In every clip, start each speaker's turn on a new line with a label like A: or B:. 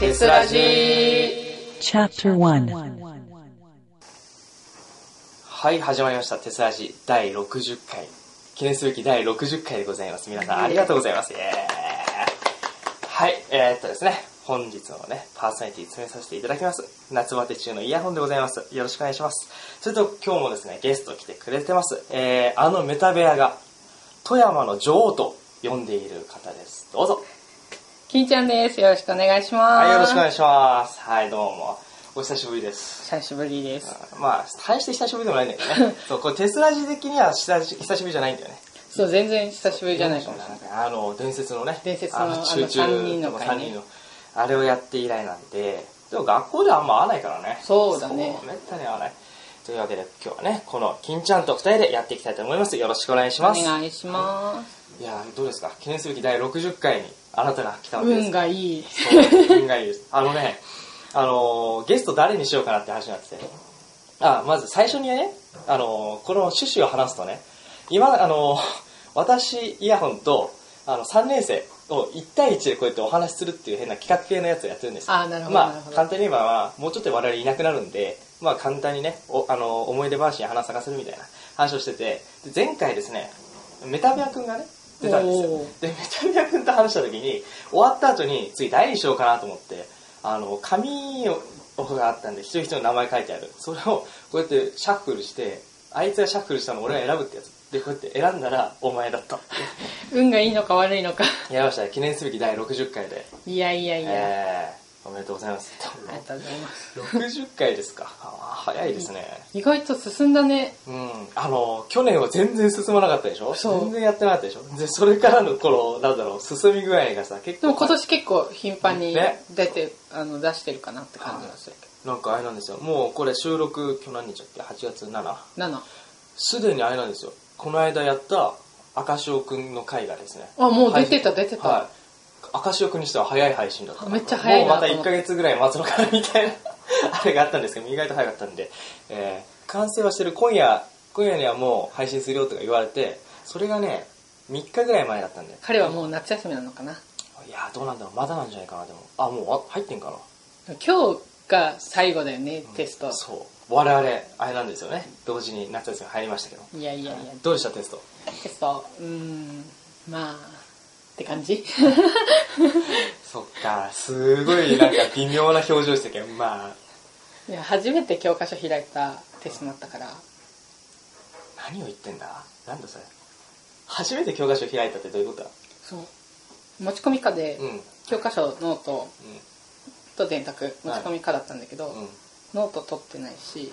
A: テスラジー
B: Chapter 1
A: はい、始まりました。テスラジ第60回。記念すべき第60回でございます。皆さんありがとうございます。イエーイはい、えー、っとですね、本日のね、パーソナリティ詰めさせていただきます。夏バテ中のイヤホンでございます。よろしくお願いします。それと今日もですね、ゲスト来てくれてます。えー、あのメタ部屋が、富山の女王と呼んでいる方です。どうぞ。
C: きーちゃんです。よろしくお願いします。
A: はい、よろしくお願いします。はい、どうも。お久しぶりです。
C: 久しぶりです。
A: まあ、大して久しぶりでもないんだけ どね。そう、これテスラジ的には久し久しぶりじゃないんだよね。
C: そう、全然久しぶりじゃないかもしれない。
A: あの、伝説のね。
C: 伝説のあの
A: 集中
C: 三人の会ね
A: 三人のあれをやって以来なんで、でも学校ではあんま会わないからね。
C: そうだね
A: そうめったに会わない。というわけで今日はね、この金ちゃんと二人でやっていきたいと思います。よろしくお願いし
C: お
A: ます。
C: 願いします。
A: いやー、どうですか記念すべき第60回にあなたが来たわけです
C: 運がいい。
A: そう運がいいです。あのね、あのーゲスト誰にしようかなって話になってて。あ、まず最初にね、あのーこの趣旨を話すとね、今、あのー私、イヤホンと、あの、3年生を1対1でこうやってお話しするっていう変な企画系のやつをやってるんですよ
C: あなるほどな
A: ま
C: るほ
A: あ、
C: ど
A: 簡単に言えば、まあもうちょっと我々いなくなるんで、まあ、簡単にね、おあのー思い出話に花咲かせるみたいな話をしてて、で前回ですね、メタビア君がね、出たんですよ
C: おー。
A: で、めちゃめちゃ君と話した時に、終わった後に、次誰にしようかなと思って、あの、紙を、があったんで、一人一人の名前書いてある。それを、こうやってシャッフルして、あいつがシャッフルしたのを俺が選ぶってやつ。で、こうやって選んだら、お前だった。
C: 運がいいのか悪いのか。
A: やりましたね。記念すべき第60回で。
C: いやいやいや。
A: えー、おめでとうございます。
C: ありがとうございます。
A: 60回ですか。あー早いですね。
C: 意外と進んだね。
A: うん、あの去年は全然進まなかったでしょ
C: そう
A: 全然やってなかったでしょでそれからの頃なんだろう進み具合がさ結構
C: でも今年結構頻繁に
A: ね
C: 出て、あの、出してるかなって感じがするけ
A: なんかあれなんですよもうこれ収録今日何日だっけ8月7
C: ど。7。
A: すでにあれなんですよこの間やった赤潮くんの回がですね
C: あ、もう出てた出て
A: は
C: た。
A: い赤潮くんにしては早い配信だった
C: めっちゃ早い
A: もうま
C: な
A: た
C: と思
A: 1
C: って
A: ヶ月ぐらい待つのかなみたいな あれがあったんですけど意外と早かったんで、えー完成はしてる今夜今夜にはもう配信するよとか言われてそれがね3日ぐらい前だったんで
C: 彼はもう夏休みなのかな。
A: いやーどうなんだろうまだなんじゃないかなでもあもうあ入ってんかな
C: 今日が最後だよね、テスト。
A: そう我々あれなんですよね同時に夏休み入りましたけど
C: いやいやいや、
A: どうでしたテスト
C: テスト、うーん、まあ、って感じ。
A: そっかすごいなんか微妙な表情してたけどまあ
C: いや初めて教科書開いたテストだったから
A: 何を言ってんだなんだそれ初めて教科書開いたってどういうことだ
C: そう持ち込み課で、
A: うんうん
C: 教科書ノートと電卓持ち込み課だったんだけど、
A: うんうん
C: ノート取ってないし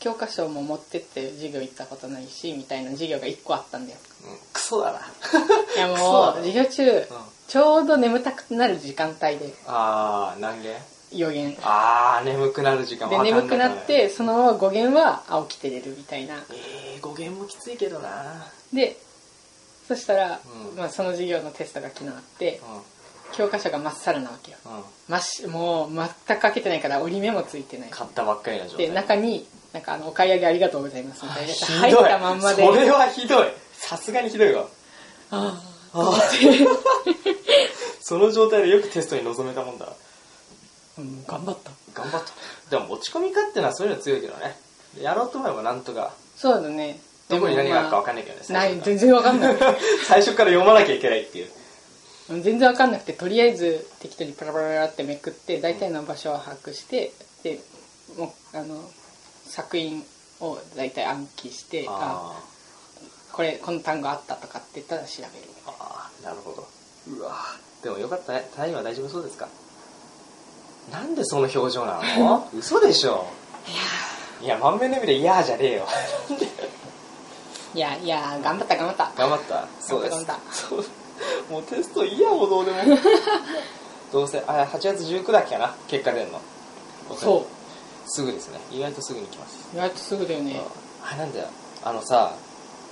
C: 教科書も持ってって授業行ったことないしみたいな授業が1個あったんだ よ
A: うんクソだな
C: い
A: そう
C: や
A: な
C: も
A: の
C: う授業中、ちょうど眠たくなる時間帯で
A: ああ何限
C: 予言
A: ああ眠くなる時間
C: で
A: わかん
C: 眠
A: い
C: くなってそのまま語源はあ起きてれるみたいな
A: えー、語源もきついけどな
C: でそしたら、
A: うん
C: まあ、その授業のテストが昨日あって
A: う
C: 教科書がまっさらなわけよ
A: んうん
C: ましもう全く開けてないから折り目もついてない
A: 買ったばっかりの状態
C: で中になんかあの「お買い上げありがとうございます」みたいなやつ
A: ひ
C: 入っ
A: どい
C: たまんまで
A: それはひどいさすがにひどいわあ その状態でよくテストに臨めたもんだ
C: うん頑張った
A: 頑張ったでも持ち込みかってのはそういうの強いけどねやろうと思えばなんとか
C: そうだね
A: どこに何があるか分か
C: ん
A: んないけどね
C: ない
A: 最
C: 全
A: 初
C: 然わかんない
A: から 最初から読まなきゃいけないっていう
C: 全然わかんなくてとりあえず適当にパラパラパラってめくって大体の場所を把握してでもうあの作品を大体暗記してあ
A: あ
C: これこの単語あったとかって言ったら調べる
A: ーあーなるほどうわでもよかったね単位は大丈夫そうですかなんでその表情な の嘘でしょいや満面の意味で「いやー」じゃねえよ
C: いやいや頑張った 頑張った
A: 頑張ったそうです
C: 頑張っ
A: そうもうテストいいやもうどうでもどうせあ8月19だっけかな結果出るの
C: そう
A: すぐですね意外とすぐに来ます、
C: 意外とすぐだよね
A: あなんだよあのさ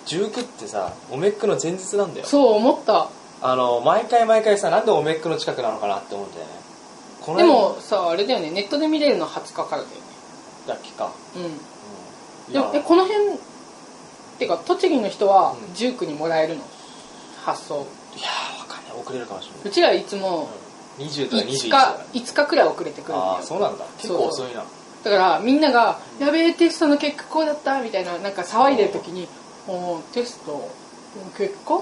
A: 19ってさおめっくの前日なんだよ
C: そう思った
A: あの毎回毎回さなんでおめっくの近くなのかなって思うんだよねこの
C: で
A: 間
C: もさあれだよねネットで見れるの20日からだよね
A: だっけか、う
C: うん
A: ん、
C: でもえこの辺ってか栃木の人は
A: うん
C: 19にもらえるの、発送
A: いやーわかんない遅れるかもしれな
C: う
A: い
C: ちらいつも
A: 20とか
C: 5
A: 21
C: 日
A: とか
C: 5日くらい遅れてくるんだ
A: ああ
C: よ
A: そうなんだ結構遅いな
C: だからみんなが「やべえテストの結果こうだった」みたいななんか騒いでる時に「おーテスト結果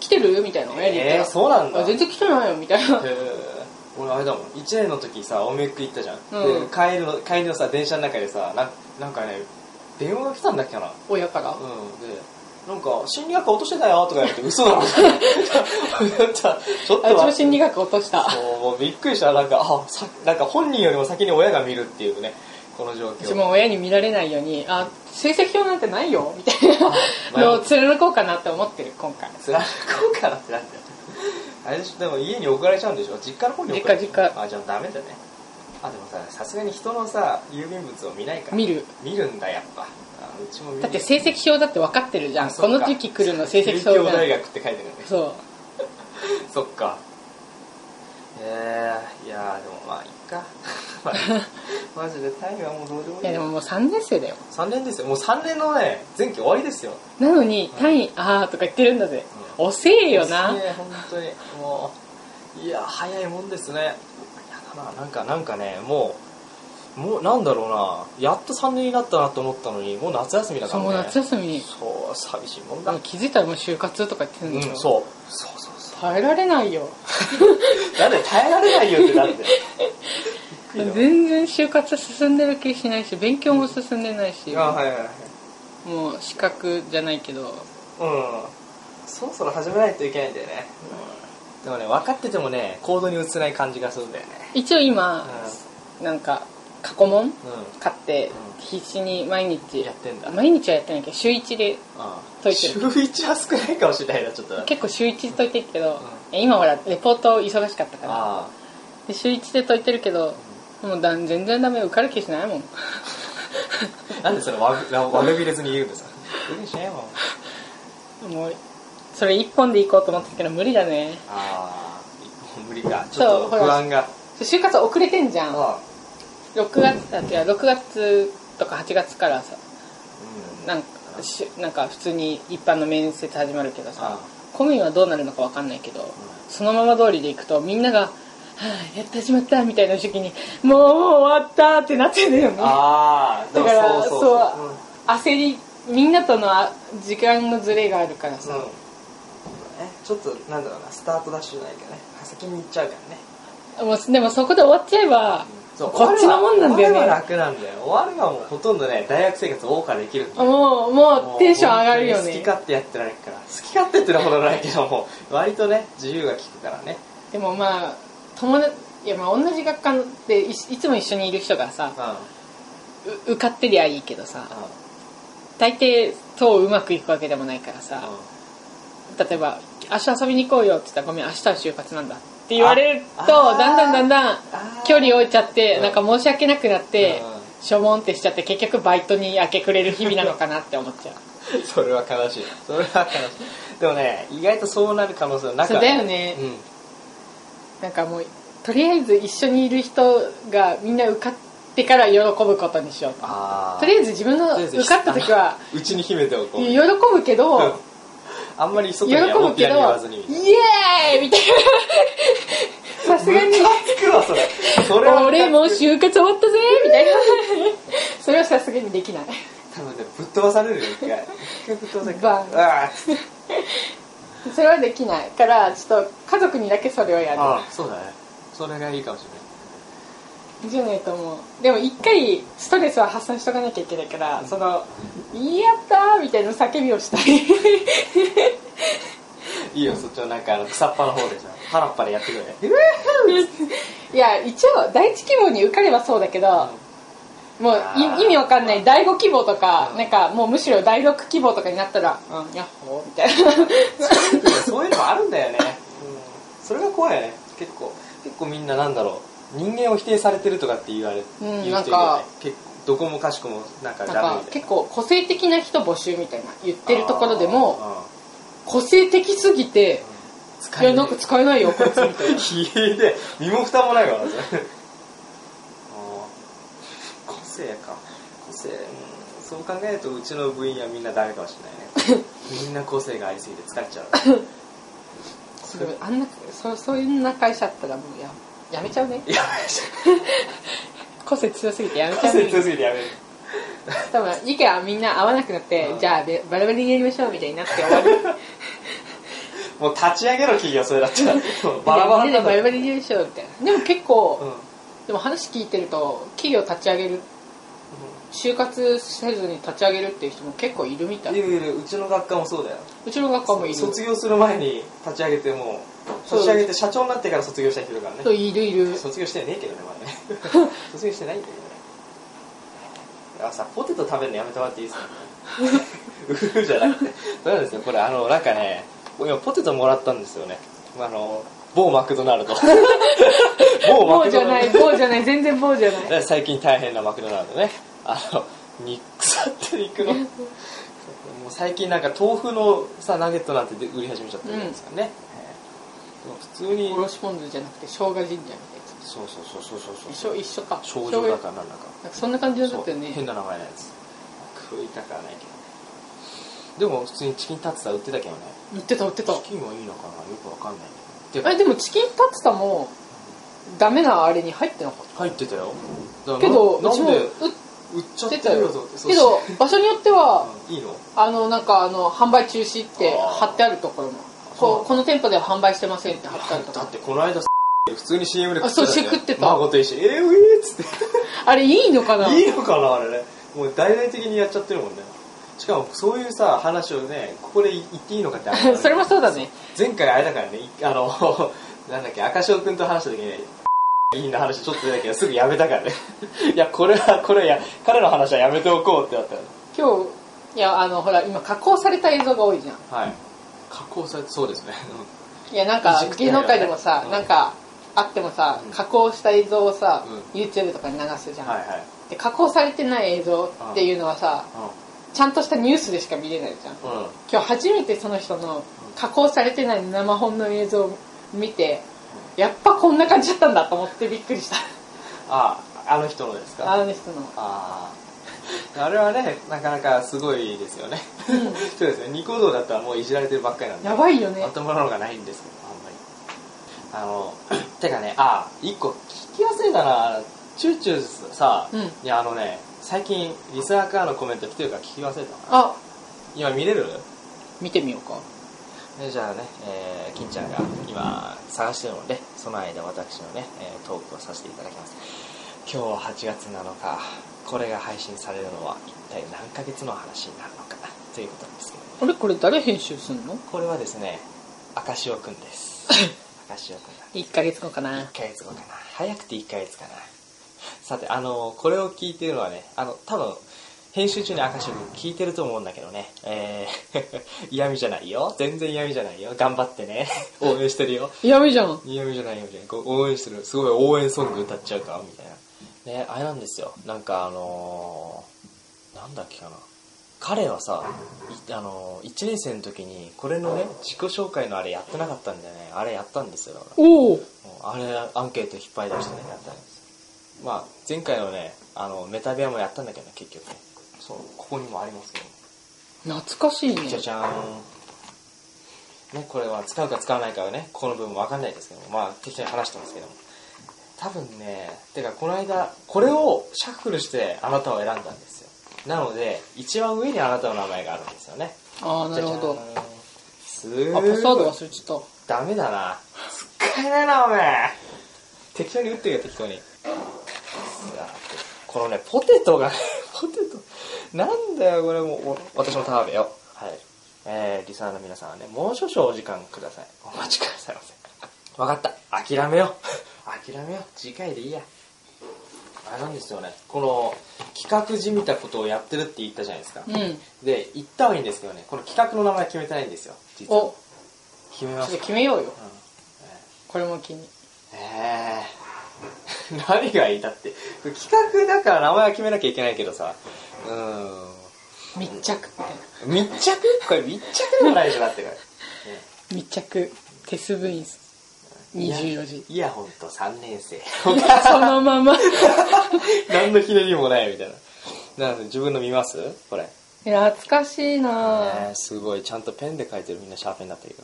C: 来てる?」みたいな親に言ったら
A: えー、そうなん
C: あ
A: だ
C: 全然来てないよみたい な
A: へえ俺あれだもん1年の時さおめく行ったじゃん、
C: うん
A: で帰りの帰りのさ電車の中でさなんなんかね電話が来たんだっけかな
C: 親から
A: うんでなんか心理学落としてたよとか言って嘘だろ ちょっと
C: あうちも
A: は
C: 心理学落とした
A: もうびっくりしたなんかあさなんか本人よりも先に親が見るっていうねこの状
C: う
A: 況
C: ちも親に見られないようにあ成績表なんてないよみたい
A: あ
C: なのを貫こうかなって思ってる今回
A: つらこうかなってなんだよあれでしょでも家に送られちゃうんでしょ実家の方に送られちゃう
C: 実家実
A: あじゃあダメだねあでもささすがに人のさ郵便物を見ないから
C: 見る
A: 見るんだやっぱあうちも見る
C: だって成績表だって分かってるじゃん
A: そ
C: こ
A: っか
C: の時期来るの成績
A: 帝
C: 表
A: 京
C: じゃ
A: 大
C: ん
A: 学って書いてるよね
C: そう
A: そっかえー、いやーでもまあいっか まあマジで単位はもうどうでもいい
C: いやでももう3年生だよ
A: 3年ですよもう3年のね前期終わりですよ
C: なのに単位あーとか言ってるんだぜ
A: う
C: 遅えよ
A: す
C: な
A: げえ本当にもういや早いもんですねやだななんかなんかねもうもうなんだろうなやっと3年になったなと思ったのにもう夏休みだか
C: そ
A: らね
C: う夏休みに
A: そう寂しいもんだ
C: もう気づいたらもう就活とか言ってる
A: うん
C: でしょ、
A: んそうそうそうそ
C: 耐えられないよ
A: うだって耐えられないよってだって びっくり
C: 全然就活進んでる気しないし勉強も進んでないし、
A: だわあはいはいはい
C: もう資格じゃないけど
A: うんそろそろ始めないといけないんだよね、でもね分かっててもね行動に移せない感じがするんだよね
C: 一応今、なんか過去問
A: うん、うん
C: 買って
A: うん
C: 必死に毎日
A: やってんだ
C: 毎日はやってないけど週1で
A: う
C: 解
A: ん
C: いてる
A: 週1は少ないかもしれないなちょっ とな
C: 結構週1で解いてるけど、今ほらレポート忙しかったから
A: あ
C: で週1で解いてるけど、もうだ全然ダメ受かる気しない もん
A: あなんでそれ悪悪びれずに言うんですか無理しないもん
C: もうそれ1本でいこうと思ったけど無理だね
A: ああ無理かち
C: そう
A: ょっと
C: ほら
A: 不安が
C: 就活遅れてんじゃん
A: あ
C: 6月あ違う6月とか8月からさ
A: うん
C: なんかしなんか普通に一般の面接始まるけど
A: あ
C: さ公務員はどうなるのか分かんないけど、そのまま通りでいくとみんなが「はい、やって始まった」みたいな時期に「もう終わった」ってなってるよね
A: あーで
C: だ
A: も
C: からそう
A: うんうん
C: 焦りみんなとのあ時間のズレがあるからさ、
A: えちょっとなんだろうなスタートダッシュじゃないけどね先に行っちゃうからね
C: もうでもそこで終わっちゃえば、こっちのもんなんだよ
A: 終われば
C: ね
A: 楽なんだよ終わればもうほとんどね大学生活を謳歌できるんだよ
C: もうもうテンション上がるよ
A: もう本当に好
C: ね
A: き勝手やってられるから好き勝手ってのほどないけども割とね自由が利くからね
C: でもまあ友達いやまあ同じ学科でいいつも一緒にいる人がさ
A: うんうん
C: う受かってりゃいいけどさ大抵そううまくいくわけでもないからさ、例えば「明日遊びに行こうよ」って言ったら「ごめん明日は就活なんだ」って言われると
A: ああー
C: だんだんだんだん
A: ー
C: 距離を置いちゃって
A: うん
C: なんか申し訳なくなって
A: うん
C: しょぼんってしちゃって結局バイトに明け暮れる日々なのかなって思っちゃう
A: それは悲しいそれは悲しいでもね意外とそうなる可能性はなかった
C: そうだよね
A: うん
C: なんかもうとりあえず一緒にいる人がみんな受かってから喜ぶことにしようと
A: あ
C: とり
A: え
C: あえず自分の
A: とりあえず
C: 受かった時は
A: ずうちに秘めておこう
C: 喜ぶけど
A: あんまり外
C: 喜
A: には
C: ぶ
A: 表
C: け
A: には言わ
C: ど
A: ずに
C: イエーイみたいな さすがに
A: ムカつくわそれそれは
C: 俺もう
A: ムカつく
C: 就活終わったぜみたいな それはさすがにできない
A: 多分ねぶっ飛ばされるよ 一回一回ぶっ飛ばされる
C: バン
A: あー
C: それはできないからちょっと家族にだけそれをや
A: あ
C: る
A: ーそうだねそれがいいかもしれない
C: じゃねえと思うでも一回ストレスは発散しとかなきゃいけないからその「やったー!」みたいな叫びをしたい
A: いいよそっちのなんかあの草っぱの方でさ腹っぱでやってくれ
C: いや一応第一希望に受かればそうだけどもう
A: あー
C: い意味わかんない第5希望とか
A: うん
C: なんかもうむしろ第6希望とかになったら「うんヤッホー」みたいな
A: そういうのもあるんだよね、うん、それが怖いよね結構結構みんななんだろう人間を否定されてるとかって言われ、
C: うん
A: 言う人いるよ
C: なん
A: ね
C: か
A: 結構どこもかしこもなんか
C: な
A: ダ
C: ん
A: メみたいな
C: か結構個性的な人募集みたいな言ってるところでも
A: あ
C: 個性的すぎて、
A: ー
C: いや、なんか
A: 使
C: 使えないよ、こ いつみた
A: え
C: いな。
A: ない家で身も蓋もないからそれあー個性か個性、うん、そう考えるとうちの部員はみんなダメかもしれないねみんな個性がありすぎて疲れちゃう
C: すごいあんな、そう、そういうな会社あったらもうや、やめちゃうね
A: いや、
C: 個性強すぎてやめち
A: 個
C: ゃうね
A: 性強すぎてやめる。
C: 多分意見はみんな合わなくなって、
A: うん
C: じゃあべバラバラにやりましょうみたいになって終わる
A: もう立ち上げろ企業、それだったら。も うバラバラ
C: みんな
A: だ
C: でバラ
A: ね
C: バラにやりましょうみたいなでも結構、
A: うん。うん
C: でも話聞いてると企業立ち上げる就活せずに立ち上げるっていう人も結構いるみたい
A: いやいやいやうちの学科もそうだよ。
C: うちの学科もいる
A: 卒業する前に立ち上げてもう、立ち上げて社長になってから卒業した人とかね。
C: そういるいる
A: 卒業してねえけどねま だね卒業してないんだけどねあさポテト食べるのやめてもらっていいですかうふふじゃなくてそうなんですよこれあのなんかね今ポテトもらったんですよねあの某マクドナル ド某マ
C: 棒
A: ク
C: じ
A: ド
C: ゃ
A: ナ
C: ない
A: ルド
C: 棒じゃない全然棒じゃない
A: 最近大変なマクドナルドねあの肉腐ってる肉のもう最近なんか豆腐のさナゲットなんてで売り始めちゃったじゃないですかね、ええでも普通に
C: おろしポン酢じゃなくて生姜神社みたいなや
A: そうそうそうそうそうそ
C: つ
A: う
C: 一緒一緒か
A: 少
C: 生
A: 女
C: 姜
A: だかなんだか
C: なんかそんな感じだったよ
A: そう
C: ね
A: 変な名前のやつ食いたくはないけどねでも普通にチキンタツタ売ってたけどね
C: 売ってた売ってた
A: チキンはいいのかなよくわかんないけど
C: えでもチキンタツタもダメなあれに入ってなかっ
A: 入ってたよだか
C: たけ
A: ら
C: ど
A: なな
C: うち
A: ん
C: も
A: で
C: 売
A: 売っちゃ
C: っ
A: ってて
C: た
A: るよ
C: よ
A: と思ってそう
C: けど場所によっては
A: うんいいの
C: あのなんかあの販売中止って
A: あー
C: 貼ってあるところも
A: そうなんだ
C: こうこの店舗では販売してませんって貼ってあるとこ
A: だ
C: ろ
A: ってこの間 さ普通に CM で食って
C: あそう
A: じゃん
C: 食ってた
A: 孫と一緒にえー、うえーっつって
C: あれいいのかない
A: いのかなあれねもう大々的にやっちゃってるもんねしかもそういうさ話をねここで言っていいのかってあるからね
C: それもそうだね
A: 前回あれだからね、いあの、 なんだっけ、赤潮くんと話した時にね、いいの話ちょっと出たけど、すぐやめたからね。 いや、これは、これや、彼の話はやめておこうってなったの
C: 今日いやあのほら今加工された映像が多いじゃん
A: はい。加工されて、そうですね。
C: いやなんか
A: いじくって
C: 芸
A: ないよ
C: 能
A: ね
C: 界でもさ、
A: うん
C: なんかあってもさ
A: うん
C: 加工した映像をさ、
A: う
C: YouTube とかに流すじゃ ん、
A: はいはい。
C: で加工されてない映像っていうのはさちゃんとしたニュースでしか見れないじゃん
A: うん。うん。
C: 今日初めてその人の加工されてない生本の映像を見てやっぱこんな感じだったんだと思ってびっくりした
A: あ、あの人のですか
C: あ
A: あ
C: の人の
A: あー。あれはね、なかなかすごいですよね。 そうですね。ニコ動だったらもういじられてるばっかりなんで。
C: やばいよね
A: まともなのがないんですけど、あんまり。あの、てかね、あ、一個聞き忘れたな、チューチューさ、
C: うん
A: いや、あのね、最近、リスナーからのコメント来てるから聞き忘れたな。
C: あ
A: 今見れる
C: 見てみようか
A: えじゃあね、えー金ちゃんが今探してるので、その間私のね、えートークをさせていただきます。今日は8月7日、これが配信されるのは一体何ヶ月の話になるのかな、ということなんですけどね。
C: あれこれ誰編集すんの
A: これはですね、赤潮くん です。赤潮くんだ。
C: 1ヶ月後かな
A: 1ヶ月後かな早くて1ヶ月かなさてあのこれを聞いてるのはねあの多分編集中に赤潮君聞いてると思うんだけどねえー、 嫌味じゃないよ全然嫌味じゃないよ頑張ってね応援してるよ
C: やべじゃん
A: 嫌味じゃないよみたいなこう応援してるすごい応援ソング歌っちゃうかみたいなねあれなんですよなんかあのー、なんだっけかな彼はさ、いあのー、1年生の時にこれのね自己紹介のあれやってなかったんだよねあれやったんですよだから
C: お
A: も
C: お
A: うあれアンケート引っ張り出してねやったんですまあ前回のねあのメタ部屋もやったんだけどね結局ねそうここにもありますけど
C: 懐かしいね
A: じゃじゃーんねこれは使うか使わないかはねこの部分わかんないですけどもまあ適当に話してますけども多分ねてかこの間これをシャッフルしてあなたを選んだんですよなので一番上にあなたの名前があるんですよね
C: ああなるほどあ
A: じゃじゃーんすー
C: パスワード忘れちゃっ
A: ダメだな。使えないな、おめえ。適当に打ってるよ、適当に。このね、ポテトがね、 ポテト。なんだよ、これもう、お私も食べよう。はい。えー、リサーの皆さんはね、もう少々お時間ください。お待ちくださいませ。わかった。諦めよう。諦めよう。次回でいいや。あれなんですよね。この、企画じみたことをやってるって言ったじゃないですか。
C: たうん
A: で、言ったはいいんですけどね、この企画の名前決めてないんですよ。実は
C: お。
A: 決め
C: ちょ
A: ま
C: っ
A: す
C: と。決めようよ
A: うん
C: これも気に
A: ええ 何がいいだって企画だから名前は決めなきゃいけないけどさうー
C: 密着みたいなん
A: 密着これ密着でもないでしょだってこれ、ね
C: 密着テス部員24時
A: イヤホンと3年生
C: そのまま
A: 何のひねりもないみたいななので自分の見ますこれ、ね
C: 懐かしいなぁ
A: えすごいちゃんとペンで書いてるみんなシャーペンだったけど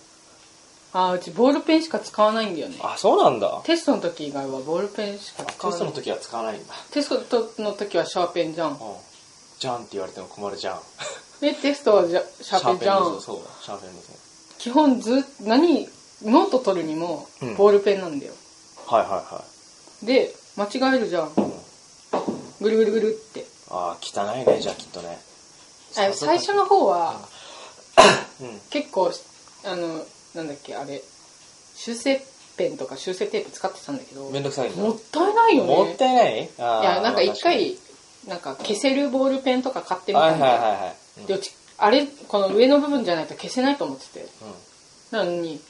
C: あーうちボールペンしか使わないんだよね
A: あ、そうなんだ。
C: テストの時以外はボールペンしか
A: あ
C: 使
A: テ
C: わ
A: スト
C: な
A: の
C: い
A: 時は使わないんだ。
C: テストの時はシャーペンじゃん
A: うん。じゃんって言われても困るじゃん。
C: でテストはじゃシャーペンじゃ
A: シャーペンの
C: ん
A: そう、シャーペンのそう。
C: 基本ずっ何ノート取るにも
A: うん
C: ボールペンなんだよ、
A: はいはいはい。
C: で間違えるじゃんぐるぐるぐるって
A: ああ、汚いね、じゃあきっとね。
C: あ最初の方は
A: うん。
C: 結構あのなんだっけあれ修正ペンとか修正テープ使ってたんだけど
A: めんどくさいんだ。
C: もったいないよね
A: もったいないあ
C: い
A: ー
C: やなんか一
A: 確
C: 回なんか消せるボールペンとか買ってみ
A: か
C: た
A: に
C: ん
A: はいはい
C: だよ
A: はいはい。
C: でうちあれこの上の部分じゃないと消せないと思ってて
A: うんうん
C: なのに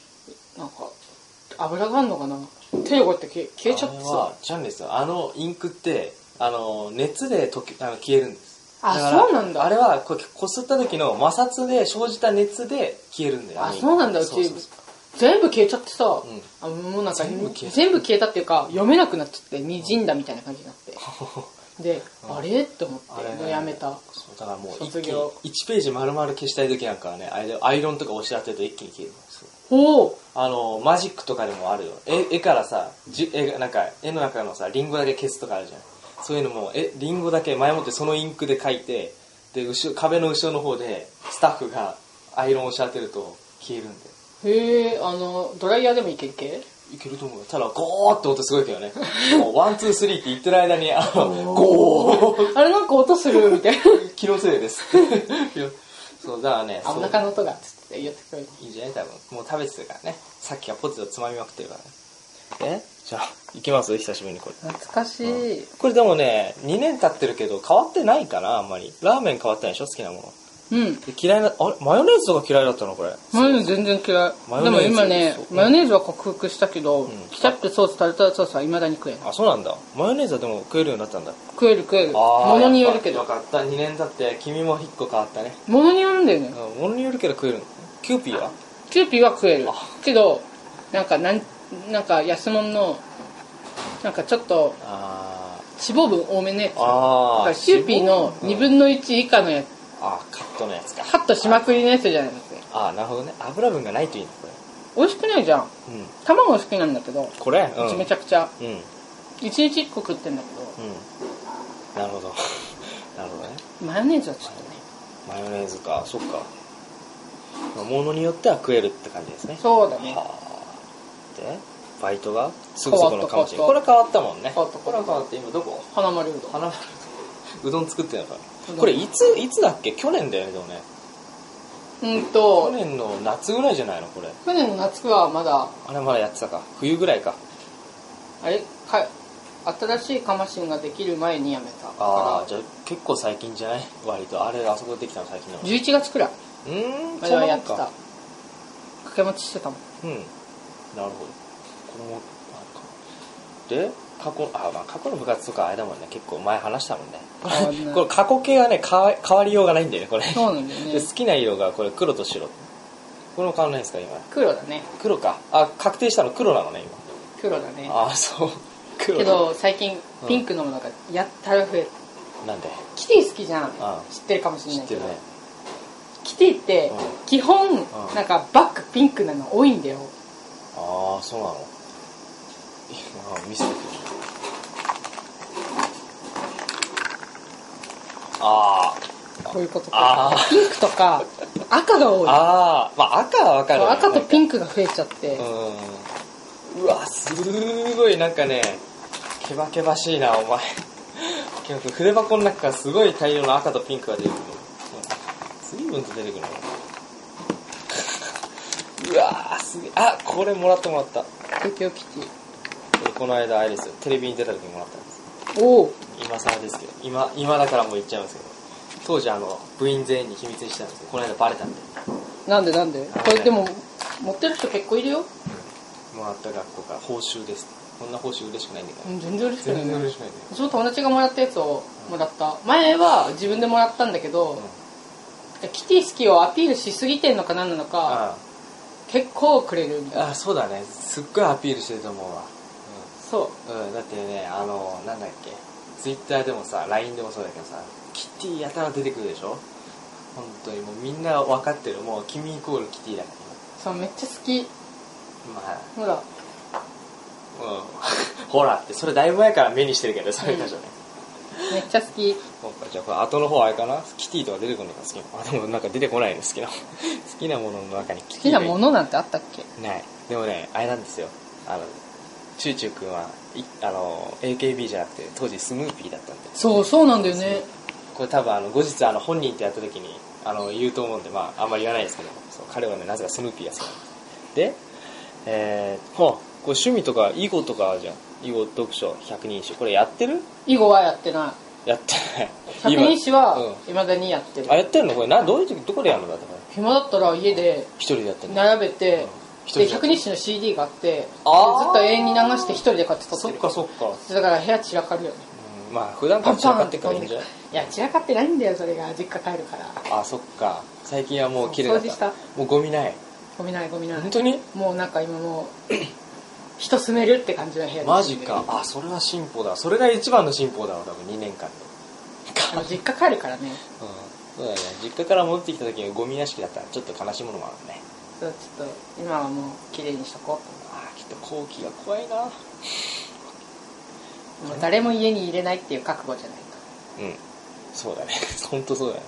C: なんか油があんのかな手汚れて消え消えちゃって
A: あれ
C: さ
A: はちゃうんですよあのインクってあの熱で溶けあの消えるんです
C: あ
A: から
C: そうなんだ
A: あれはこうこすった時の摩擦で生じた熱で消えるんだよ
C: あ
A: のインク
C: そうなんだうち
A: そうそうそう
C: 全部消えちゃってさ、
A: ん
C: あもうなんか
A: 全部消えた
C: 全部消えたっていうか読めなくなっちゃってにじんだみたいな感じに なってで、あれって思って
A: あれね
C: もうやめた
A: そうだからもう一
C: 卒
A: 気に
C: 業
A: 1ページ丸々消したい時なんかはねあれでアイロンとか押し当てると一気に消えるそう
C: おお
A: あのマジックとかでもあるよ絵絵からさじ絵がなんか絵の中のさリンゴだけ消すとかあるじゃんそういうのもえリンゴだけ前もってそのインクで描いてで後ろ壁の後ろの方でスタッフがアイロンを押し当てると消えるんで
C: へえあのドライヤーでもいける系
A: いけると思うよただゴーって音すごいけ どねもうワンツースリーって言ってる間にあのゴー
C: あれなんか音するみた いな
A: 気のせい ですいやそうだからね
C: あ
A: そ
C: お
A: う
C: 腹の音がつって言ってくれる
A: いいんじゃない多分もう食べてたからねさっきはポテトつまみまくってるからねえじゃあ行きます久しぶりにこれ
C: 懐かしい、
A: これでもね2年経ってるけど変わってないかなあんまりラーメン変わってないでしょ好きなもの
C: うん
A: で嫌いなあれマヨネーズとか嫌いだったのこれ
C: マヨネーズ全然嫌い
A: マ
C: で
A: ヨネー
C: も
A: ズ
C: 今ね
A: そう
C: マヨネーズは克服したけど、
A: ん
C: ケチャップソースタルタルソースはいまだに食えない
A: あそうなんだマヨネーズはでも食えるようになったんだ
C: 食える食える
A: ああ
C: ものによるけど
A: 分かった2年経って君も1個変わったね
C: ものによるんだよね、
A: うんものによるけど食えるキューピーは
C: キューピーは食える
A: あ
C: けどなんかなんなんか安物のなんかちょっと
A: あ
C: 脂肪分多めのやつだか
A: あ
C: らキューピーの2分の1以下のやつ
A: あカットのやつか
C: カットしまくりのやつじゃないのこれ
A: ああなるほどね油分がないといいんだこ
C: 美味しくないじゃん
A: れうん
C: 卵好きなんだけど、
A: これ
C: うちめち
A: ゃ
C: ゃくちゃ
A: うんうん
C: 1日1個食ってんだけど
A: なるほど なるほどね
C: マヨネーズはちょっとね
A: マヨネーズかそっかまあものによっては食えるって感じですね
C: そうだね
A: はあでバイトがすぐそこのかもしれない
C: 変
A: こ
C: わ
A: れ変わったもんね
C: 変わった
A: これは変わって今どこ
C: 花丸うどん
A: 花丸 うどん作ってるのか
C: うどん
A: これいついつだっけ去年だよねでもね
C: うん
A: 去
C: と
A: 年の夏ぐらいじゃないのこれ
C: 去年の夏はまだ
A: あれまだやってたか冬ぐらいか
C: あれか新しいカマシンができる前にやめた
A: あ
C: か
A: あじゃあ結構最近じゃない割とあれあそこできたの最近なの
C: ら11月くらいう
A: ーん
C: まではやって
A: そ
C: た
A: んなもんか
C: 掛け持ちしてたも
A: う
C: ん
A: んなるほどこれもあるかで過去あ、まあ、過去の部活とかあれだもんね結構前話したもんね
C: 変わんな い
A: これ過去形がね変わ変わりようがないんだよねこれ
C: そうなんだよ
A: で
C: ね
A: 好きな色がこれ黒と白これも変わらないですか今
C: 黒だね
A: 黒かあ確定したの黒なのね
C: 黒だね
A: 今あ そう黒
C: けど最近ピンクのものがやったら増える
A: なんで
C: キティ好きじゃん
A: ん
C: 知ってるかもしれ
A: 知
C: な
A: って
C: いけ
A: る
C: ど
A: ね
C: キティって
A: う
C: 基本
A: うん
C: なんかバックピンクなの多いんだよ
A: ああそうなのいや見せてくれあー
C: こういうこと
A: あ
C: かピンクとか赤が多い
A: ああまあ赤はわかる、
C: そう
A: ね、
C: 赤とピ
A: ン
C: ンクが増えちゃって
A: うんうわすごいなんかねケバケバしいなお前ケバケバ筆箱の中からすごい大量の赤とピンクが出てくる随分と出てくるねうわーすげえあこれもらってもらった
C: 東京キティ
A: えこの間あれですよテレビに出た時にもらったんです
C: おお
A: 今更ですけど今今だからもう言っちゃうんですけど当時あの部員全員に秘密にしてたんですけどこの間バレたんで
C: なんでなんでこれでも持ってる人結構いるよ
A: もらった学校から報酬ですこんな報酬嬉しくないんだけ
C: う
A: ど
C: ん全然嬉しくな
A: 全
C: い
A: 然嬉
C: ね
A: しくないんだ
C: うちの友達がもらったやつをもらった前は自分でもらったんだけど
A: よ
C: キティ好きをアピールしすぎてんのか何なのか
A: あ
C: 結構くれるみたいな
A: あそうだねすっごいアピールしてると思うわ
C: そう
A: うん、うんだってねあのなんだっけツイッターでもさ LINE でもそうだけどさキティやたら出てくるでしょ本当にもうみんな分かってるもう君イコールキティだか
C: そうめっちゃ好き
A: まあ、
C: ほら
A: うん、 ほらってそれだいぶ前から目にしてるけどそれ箇所ね、
C: めっちゃ好き
A: そうかじゃあこれ後の方あれかなキティとか出てくるのか好きなあでもなんか出てこないね好きな好きなものの中に
C: 好
A: 好
C: きなものなんてあったっけ
A: ないでもねあれなんですよあのチューチュー君はいあの AKB じゃなくて当時スヌーピーだったんで
C: そうそうなんだよね
A: これ多分あの後日あの本人ってやった時にあの言うと思うんでまああんまり言わないですけどそう彼はねなぜかスヌーピーが好きなんですでえー、ほうこれ趣味とか囲碁とかあるじゃん囲碁読書百人一首これやってる
C: 囲碁はやってな
A: やって
C: い
A: ない
C: 百人一首
A: うん
C: は未だにやってる
A: あやってんのこれなどういう時どこでやるのだってこれ
C: 暇だったら家で
A: 一人でやってんの
C: 並べて
A: 一人
C: で
A: で
C: 百人一首の CD があってずっ
A: あー
C: と永遠に流して一人で買って撮って
A: そっ
C: る
A: かそっか、
C: だから部屋散らかるよね
A: うんまあ普段から散らかってっからいいんじゃない
C: いや散らかってないんだよそれが実家帰るから
A: あそっか最近はもう綺麗だった
C: そう掃除した
A: もうゴミない
C: ゴミないゴミない
A: 本当に
C: もうなんか今もう人住めるって感じの部屋に
A: マジかあそれは進歩だそれが一番の進歩だわ多分2年間で
C: あの実家帰るからね
A: うんそうだね実家から戻ってきた時はゴミ屋敷だったらちょっと悲しいものもあるね
C: そうちょっと今はもう綺麗にしとこ
A: ああきっと後期が怖いなうん
C: うもう誰も家に入れないっていう覚悟じゃない
A: そうだね 本当そうだね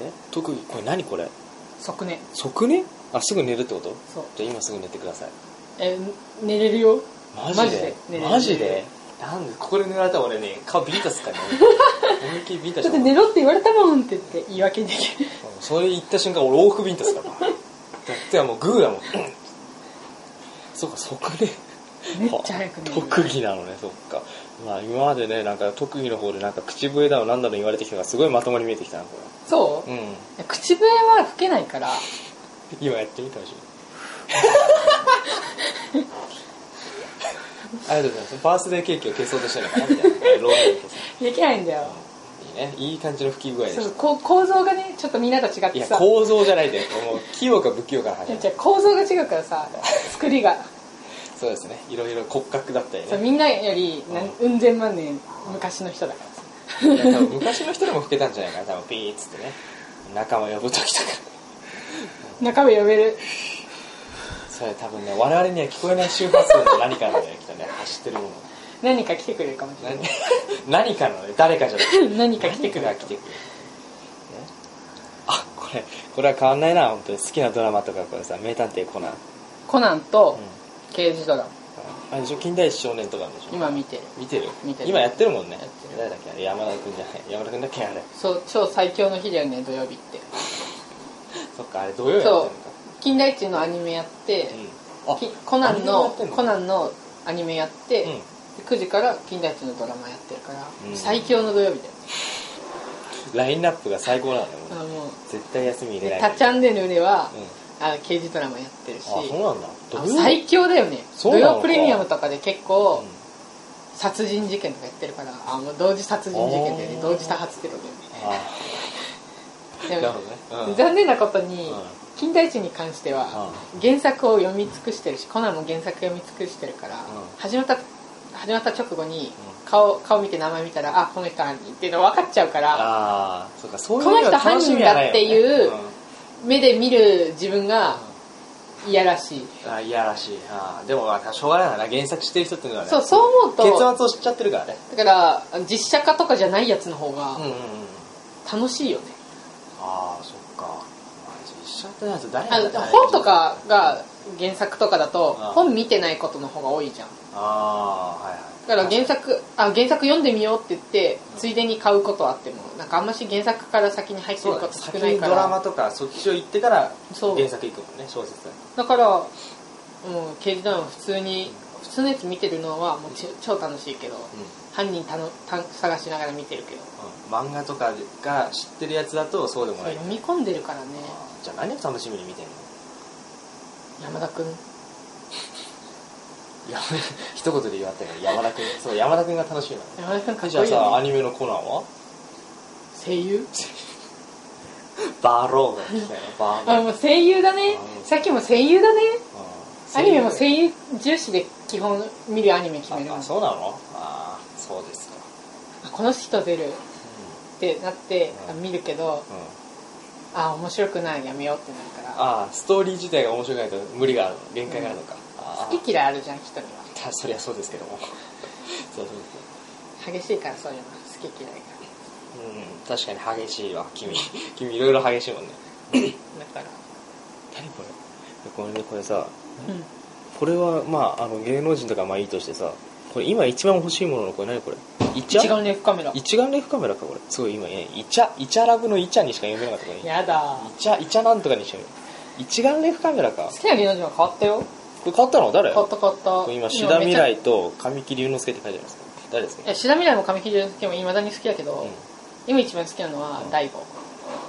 A: え特技これ何これ
C: と即寝
A: 即寝あすぐ寝るってこと
C: そう
A: じゃあ今すぐ寝てください
C: え寝れるよ
A: マジで
C: マジで寝れる
A: マジでなんでここで寝られたら俺ね顔ビリッとすっ たね思いっきりビリッと
C: ち
A: し
C: ょっ
A: も
C: たと
A: ん
C: 寝ろって言われたもんって言って言い訳にで きる
A: うんそれ言った瞬間俺往復ビンタすからだってはもうグーだもんそうか即ね
C: めっちゃ早く寝る
A: 特技なのねそっかまあ今までねなんか特技の方でなんか口笛だのなんだの言われてきたのがすごいまともに見えてきたなこ
C: そう、
A: れうん
C: 口笛は吹けないから
A: 今やってみて ほしいありがとうございますバースデーケーキを消そうとしてるのかなみたいなロールケーキです
C: できないんだよ
A: いいねいい感じの吹き具合で
C: そう
A: し
C: こう構造がねちょっとみんなと違った
A: い
C: て
A: や
C: さ
A: 構造じゃない でもう器用か不器用かの話
C: いや違う構造が違うからさ作りが
A: そうですねいろいろ骨格だったりね
C: そうみんなより何うん千万年昔の人だからさ
A: いや多分昔の人でも老けたんじゃないかな多分ピーッつってね仲間呼ぶ時とか
C: 中身呼べる
A: それ多分ね我々には聞こえない周波数の何かなんだよきっとね走ってるもの
C: 何か来てくれるかもしれない
A: 何 何かのね誰かじゃなくて
C: 何か来てく
A: 何かが
C: れ
A: 来てくる、ね、あこれこれは変わんないな本当に好きなドラマとかこれさ名探偵コナン、うん、
C: コナンと刑事ドラマ
A: あれでしょ近代一少年とかあるでしょ
C: 今見てる
A: 見てる
C: 見てる
A: 今やってるもんね
C: てる
A: 誰だっけあれ山田君じゃない山田君だっけあれ
C: そう超最強の日だよね土曜日って
A: そっかあれ土曜やってるのか
C: 金田一のアニメやって、
A: うんあ
C: きコナン
A: アニメ
C: の
A: やってんの
C: コナンのアニメやって、
A: うん
C: で9時から金田一のドラマやってるから、
A: うん
C: 最強の土曜日だよ
A: ラインナップが最高なんだよもう
C: あもう
A: 絶対休み入れな
C: で
A: い
C: 「たちゃんでぬれは」
A: うん
C: あ刑事ドラマやってるし
A: あそうなんだ
C: あ
A: 土曜
C: 最強だよね
A: そう
C: 土
A: なのか
C: 曜プレミアムとかで結構、
A: うん
C: 殺人事件とかやってるからあもう同時殺人事件だよね
A: あー
C: 同時多発テロだよ
A: あ
C: ね
A: なるほどねうん
C: 残念なことに、
A: うん
C: 金田一に関しては、原作を読み尽くしてるしコナンも原作読み尽くしてるから、
A: ん
C: 始まった始まった直後に
A: う
C: 顔顔見て名前見たらあこの人犯人っていうの分かっちゃうから
A: あーそうかそういう
C: この人
A: は楽しみはないよね
C: 犯人だっていう
A: うん
C: 目で見る自分がいやらしい、
A: あいやらしいあーでもまあしょうがないな原作してる人っていうのはね
C: そうそう思うと
A: 結末を知っちゃってるからね
C: だから実写化とかじゃないやつの方
A: うんう
C: が
A: んうん
C: 楽しいよね、
A: ああそっか実写ってないと誰
C: あ
A: が誰が
C: 本とかが原作とかだと
A: ああ
C: 本見てないことの方が多いじゃん
A: ああはいはい
C: だから原作あ原作読んでみようって言ってついでに買うことはあってもなんかあんまし原作から先に入って
A: そ
C: る
A: うだ
C: こ
A: ね
C: と少
A: 先
C: ない
A: に
C: か
A: ドラ
C: ら
A: マとかそっちを行ってから
C: そう
A: 原作行くもんね小説だ
C: だからもう刑事ドラマ普通に普通のやつ見てるのはもうち超楽しいけど
A: うん
C: 犯人たのた探しながら見てるけど
A: うん漫画とかが知ってるやつだとそうでも
C: そ
A: な
C: れ
A: い
C: 読み込んでるからね
A: じゃあ何を楽しみに見てんの
C: 山田君
A: いや 一言で言われたけど山田君そう山田君が楽しみなの
C: 山田君かっ
A: じゃあ
C: こいいよ
A: さア
C: ね
A: ニメのコナンは
C: 声優
A: バローが来たよバロ
C: あ
A: ー
C: もう声優だね
A: うん
C: さっきも声優だね
A: うん
C: アニメも声優重視で基本見るアニメ決め
A: あ
C: るもん
A: あそうなのああそうですか
C: あこの人出るってなって、
A: うん
C: 見るけど
A: うんうん
C: あ面白くないやめようってなるから
A: ああストーリー自体が面白くないと無理がある限界があるのか、ああ
C: 好き嫌いあるじゃん人には
A: たそりゃそうですけども そうそう
C: 激しいからそういうの好き嫌いが
A: そううん確かに激しいわ君 君いろいろ激しいもんね
C: だから
A: 何これこれねこれさ
C: うん
A: これはまああの芸能人とかまあいいとしてさこれ今一番欲しいもののこれ何これイチ
C: 一
A: ャ
C: 眼レフカメラ
A: 一眼レフカメラかこれすごい今ねイチャイチャラブのイチャにしか読めなかったこれイ
C: やだ
A: チャイチャなんとかにしようよ一眼レフカメラか
C: 好きな芸能人は変わったよ
A: これ買ったの誰
C: 変わった変わった
A: 今志田未
C: い
A: 来と神木隆之介って書いてあるんですけど誰ですか
C: や志田未来も神木隆之介もいまだに好きだけど、
A: うん
C: 今一番好きなのは大悟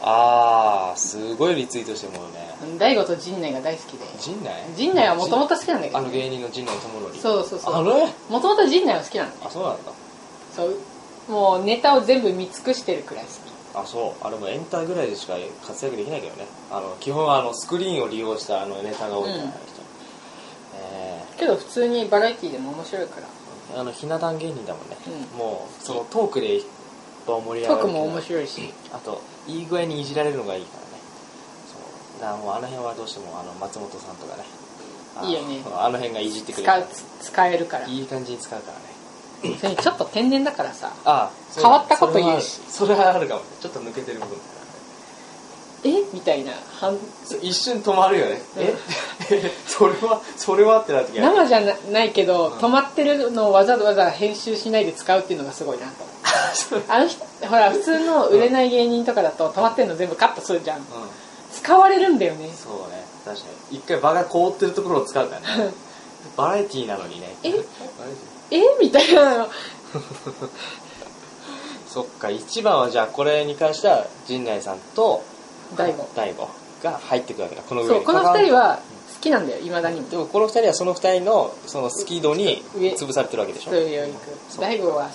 A: ああすごいリツイートしてもらうね
C: 大悟と陣内が大好きで
A: 陣内
C: 陣内はもともと好きなんだけ
A: あ
C: ど
A: の芸人の陣内智則
C: そうそうそう
A: あれ
C: もともと陣内は好きなの
A: あそうなんだ
C: そうもうネタを全部見尽くしてるくらい好
A: あそうあれもエンターぐらいでしか活躍できないけどねあの基本はあのスクリーンを利用したあのネタが多いから、
C: うん
A: あの人え
C: きけど普通にバラエティでも面白いから
A: ーあのひな壇芸人だもんね、
C: うん
A: もうそのトークで場を盛り上
C: ト
A: が
C: ー
A: る
C: クも面
A: い
C: 白いし
A: あといい具合にいじられるのがいいからねそうだからもうあの辺はどうしてもあの松本さんとかねあ
C: いいよね
A: あの辺がいじってくれる
C: 使う使えるから
A: いい感じに使うからね
C: それにちょっと天然だからさ
A: ああ
C: 変わったこと言うし
A: それはあるそれはあるかもねちょっと抜けてる部分
C: えみたいな反
A: そう一瞬止まるよね、
C: うん
A: え それはそれはってなる時ある
C: 生じゃなないけど、
A: うん
C: 止まってるのをわざわざ編集しないで使うっていうのがすごいなと思うあの人ほら普通の売れない芸人とかだと止まってるの全部カットするじゃん
A: うん
C: 使われるんだよね
A: そうね確かに一回場が凍ってるところを使うからねバラエティーなのにね
C: え
A: バラエテ
C: えみたいな
A: ィ
C: の
A: ーそっか一番はじゃあこれに関しては陣内さんと
C: 大悟
A: 大悟が入ってくるわけだこの上に
C: そうこの二人は好きなんだよいまだにも
A: でもこの二人はその二人のそのスキードに
C: 上
A: 潰されてるわけでしょ
C: そういう行く大悟は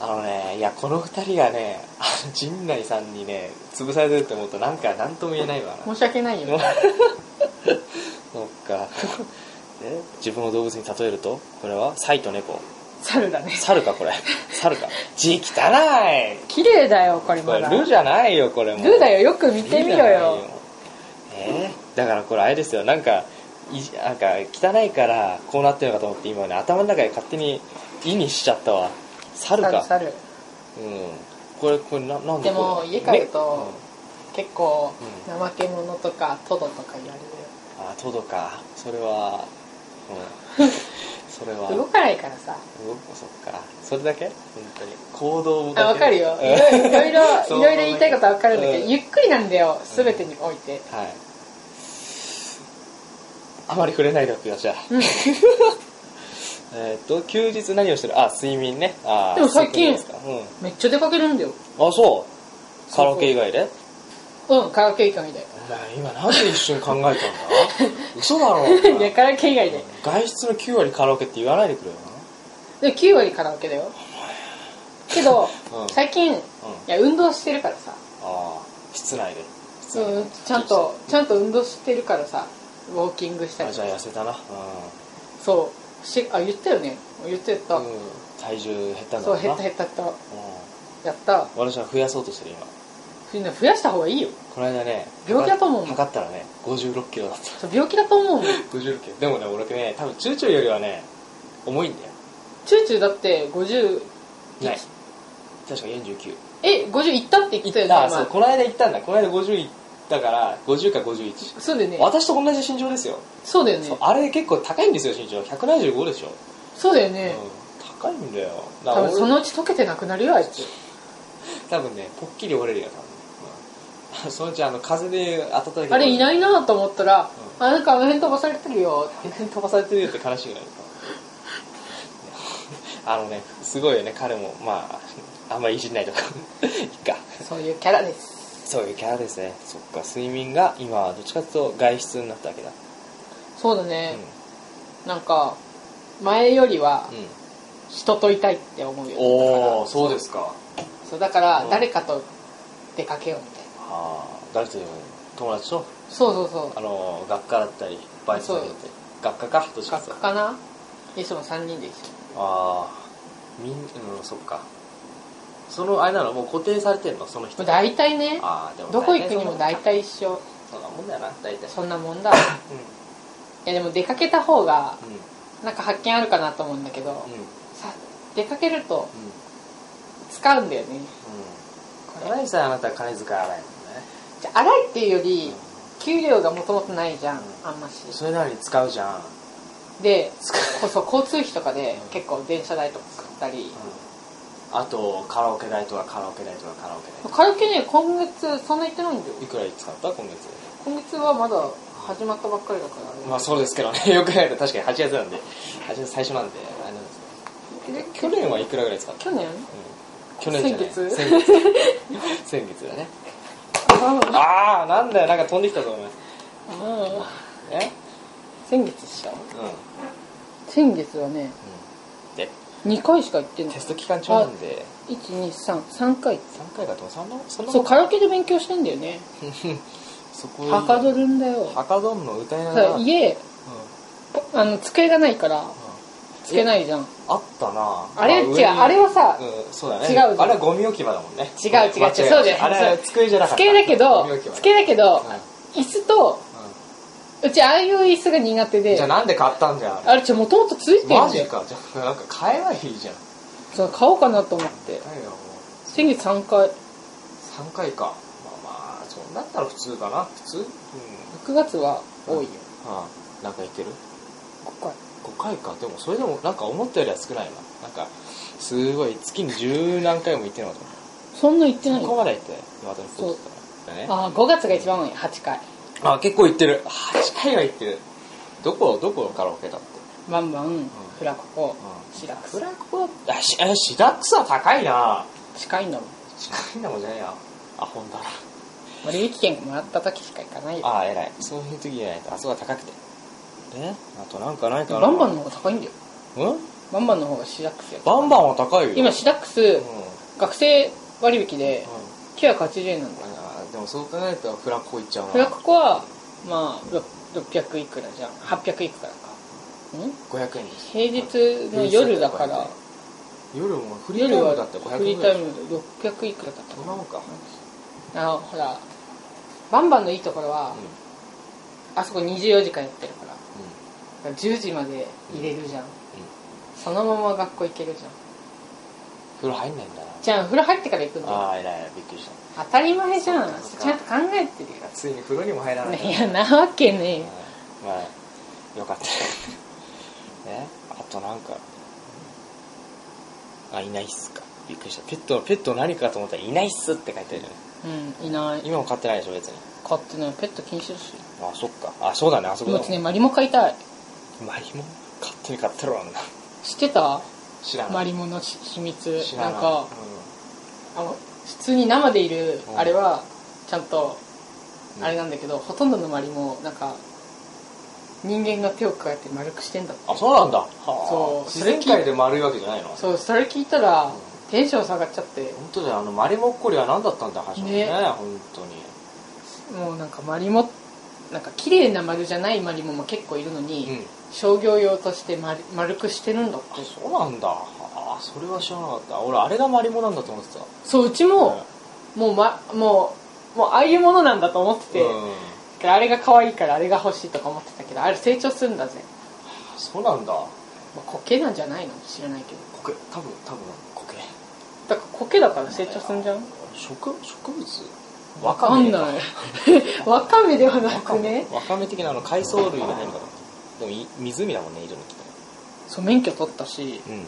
C: 好
A: あのねいやこの二人がねあの陣内さんにね潰されてるって思うとなんか何とも言えないわな
C: き申し訳ないよ
A: そっか え自分を動物に例えるとこれはサイと猫
C: 猿だね
A: 猿かこれ猿か字汚い
C: 綺麗だよこれ
A: こ
C: ま
A: れ
C: だ
A: ルじゃないよこれも
C: ルーだよよく見
A: 見
C: てみろよ
A: えーだからこれあれですよなんかいじなんか汚いからこうなってるのかと思って今ね頭の中で勝手に「意にしちゃったわ猿か
C: 猿猿
A: うんこれこれななんで
C: でも
A: これ
C: 家帰ると
A: ね
C: 結構
A: う
C: 怠け者とかトドとか言われる
A: うん、あトドかそれはうん それは
C: 動かないからさ
A: うんそっかそれだけ本当に行動だけ
C: あ分かるよ
A: うん
C: いろいろいろい
A: そ
C: ろ
A: う
C: いろいろ言いたいことは分かるんだけ
A: う
C: ど
A: ん
C: ゆっくりなんだよ全てにおいて
A: はいあまり触れないでおくよじゃあ、
C: うん
A: えーっと休日何をしてるあ睡眠ねあー
C: でも最近
A: 睡眠ですか
C: めっちゃ出かけるんだよ
A: うん、あそうカラオケ以外で
C: うんカラオケ以外で
A: お 前今なんで一瞬考えたんだ嘘だろお前
C: いやカラオケ以外で
A: 外出の9割カラオケって言わないでくれよ
C: でも9割カラオケだよけど
A: うん
C: 最近い
A: なうんあ
C: や運動してるからさ
A: あー室内で室内で
C: うんちゃんとちゃんと運動してるからさウォーキングした
A: あ
C: り
A: じゃあ痩せたなうん
C: そうしあ言ったよね言った言った、
A: うん体重減ったんだ
C: そ
A: ろな
C: う減った減った減った
A: うん
C: やった
A: 私は増やそうとしてる今
C: みんな増やした方がいいよ
A: この間ね
C: 病気だと思うもん
A: 測ったらね56キロだった
C: そう病気だと 思うもん
A: 56キロでもね俺ね多分チューチューよりはね重いんだよ
C: チューチューだって50
A: ない確か49
C: え50いったって言ってた
A: あ
C: よね
A: そうこの間行ったんだこの間50行ったから50か51
C: 今そうだよね
A: 私と同じ身長ですよ、
C: そうだよね
A: そうあれ結構高いんですよ身長175でしょ、
C: そうだよ
A: うん
C: ね、、
A: 高いんだよだ
C: 多
A: から
C: 分
A: 俺
C: そのうち溶けてなくなるよあいつ
A: 多分ねポッキリ折れるよ多分、うん、 そのうちあの風で暖かい
C: あれい
A: い
C: ないなと思ったら、あなんかあの辺飛ばされてるよ
A: 飛ばされてるよって悲しいぐらいですか あのねすごいよね彼もまああんまりいじんないとか いっか
C: そういうキャラです
A: そういうキャラですねそっか睡眠が今はどっちかというと外出になったわけだ
C: そうだ
A: うん
C: ね、なんか前よりは
A: うん
C: 人といたいって思うよ、
A: おおそうですか
C: そうだから
A: うん
C: 誰かと出かけようみたいな
A: ああ誰というの友達と
C: そうそうそう
A: あの学科だったりバイトだったり
C: そ
A: 学科かどっちか
C: 学
A: という
C: 科
A: と
C: かないつも3人で一緒
A: ああみんうんそっかそのあれなのもう固定されてんのその人
C: もう大体ね
A: ああでも
C: どこ行くにも
A: 大
C: 大体一緒
A: 体そんなもんだよな大体
C: そんなもん だ
A: うん
C: いやでも出かけた方が
A: うん
C: なんか発見あるかなと思うんだけど、
A: うんうん
C: さ出かけると使うんだよねこれ
A: 金井さんあなたは金遣い荒いもんね
C: じゃあ荒いっていうより
A: う
C: 給料がもともとないじゃん
A: うん
C: あんまし
A: んそれなのに使うじゃん
C: で
A: 使
C: こそ交通費とかで
A: うん
C: 結構電車代とか使ったり
A: うんあとカラオケ代とかカラオケ代とかカラオケ代
C: カラオケね今月そんな行ってないんだよ
A: いくら使った今月
C: 今月はまだ始まったばっかりだからあれ
A: まあそうですけどね よく考えると確かに8月なんで8月最初なんであれなんですけ
C: で
A: ど去年はいくらぐらい使った
C: 去年
A: 去年じゃない
C: 先月
A: 先 月先月だねああなんだよなんか飛んできたぞお前
C: うん
A: え
C: 先月でしょ
A: うん、うん
C: 先月はね
A: で
C: 2回しか行ってない
A: テスト期間中なんで
C: 1233回
A: 3回かとそんなそんな
C: そ
A: も
C: う
A: ん
C: カラオケで勉強してんだよね
A: そこ
C: はかどるんだよ
A: はかどんの歌いながら
C: さ家あの机がないからつけないじゃん
A: あったな
C: あれ
A: ま
C: 違うあれはさ
A: 上にうん、そうだね
C: 違うじゃん
A: あれはゴミ置き場だもんね
C: 違う違う違う
A: 間えました
C: そうだよ
A: あれは机じゃなかった
C: 机だけど
A: ゴミ置き場
C: 机だけど
A: うんうん
C: 椅子とうちああいう椅子が苦手
A: じ
C: で
A: ゃあなんで買ったんだよあ
C: あれちょもともとついてるん
A: れマ
C: だ
A: ジ
C: よ
A: かじゃあなんか買えばいいじゃん
C: そう買おうかなと思って
A: 買えよもう
C: 先月3回
A: 3回かまあまあそんなったら普通かな普通うん
C: 6月は多いよ
A: ああなんかいける
C: 5回
A: 5回かでもそれでもなんか思ったよりは少ないななんかすごい月に十何回も行ってなかった
C: そんな行ってない
A: ここまで行ってまた行ってたね
C: ああ5月が一番多い8回
A: あ結構行ってる8回は行ってるどこどこのカラオケだって
C: バンバンフラココ
A: う
C: シラク
A: フ
C: ス
A: ラコあしあシダックスは高いな
C: 近いんだもん
A: 近いんだもんじゃねえやあほんだな
C: 割引券もらった時しか行かないよ
A: ああ偉いそういう時じゃないとあそこは高くてねあとなんかないかな
C: バンバンの方が高いんだよ
A: うん
C: バンバンの方がシラックスよ
A: バンバンは高いよ
C: 今シラック
A: う
C: ス
A: ん、うん
C: 学生割引で980円なんだよ
A: あーでもそう考えるとフラコ行っちゃうな
C: フラココはまあろ600いくらじゃん800いくらかん
A: 500円です
C: 平日の夜だから
A: 夜もフリー
C: 夜
A: タイ
C: は
A: ムだったら500円
C: フリータイム600いくらだった
A: そん
C: か
A: なもんか
C: なあのほらバンバンのいいところは、
A: う
C: あそこ24時間やってるから
A: んうん
C: 10時まで入れるじゃん、そのまま学校行けるじゃん
A: 風呂入んないんだな
C: じゃあお風呂入ってから行くんだよ
A: ああ偉いびっくりし
C: 当たり前じゃ
A: そ
C: ん
A: うかそうか
C: ちゃんと考えてる
A: たついに風呂にも入らない
C: よいやなわけねえよ
A: まあよかった ねあとなんかあいないっすかびっくりしたペットペット何かと思ったらいないっすって書いてあるよね
C: うんいない
A: 今も飼ってないでしょ別に
C: 飼ってないペット禁止だし
A: あそっかあそうだねあそこ
C: も
A: だ
C: う
A: も
C: ち
A: ん
C: ねマリモ飼いたい
A: マリモ勝手に飼ってるわあんな
C: 知ってた
A: 知らない
C: マリモのし秘密
A: 知
C: な
A: ら
C: ん
A: ない
C: かあの普通に生でいる
A: うん
C: あれはちゃんと
A: うん
C: あれなんだけど、ほとんどのマリモなんか人間が手を加えて丸くしてんだって
A: あそうなんだはあ
C: そう
A: 自然界で丸いわけじゃないの
C: そうそれ聞いたら
A: うん
C: テンション下がっちゃって
A: 本当だよあのマリモッコリは何だったんだ話もね
C: ね
A: 本当に
C: もうなんかマリモなんか綺麗な丸じゃないマリモも結構いるのに、
A: うん
C: 商業用として丸丸くしてるんだって
A: あそうなんだあそれは知らなかった俺あれがマリモなんだと思ってた
C: そううちも、もう,、ま、もうもうああいうものなんだと思ってて、
A: うん
C: だからあれが可愛いからあれが欲しいとか思ってたけどあれ成長するんだぜ、
A: あそうなんだ
C: まあ、苔なんじゃないの知らないけど
A: 苔多分多分苔
C: だから苔だから成長するんじゃん
A: 植植物
C: わ
A: わ
C: か
A: かめ
C: ん
A: か
C: ない わかめではなくね
A: わかめ的なあの海藻類に入るからでもい湖だもんね色に来て
C: そう免許取ったし
A: うん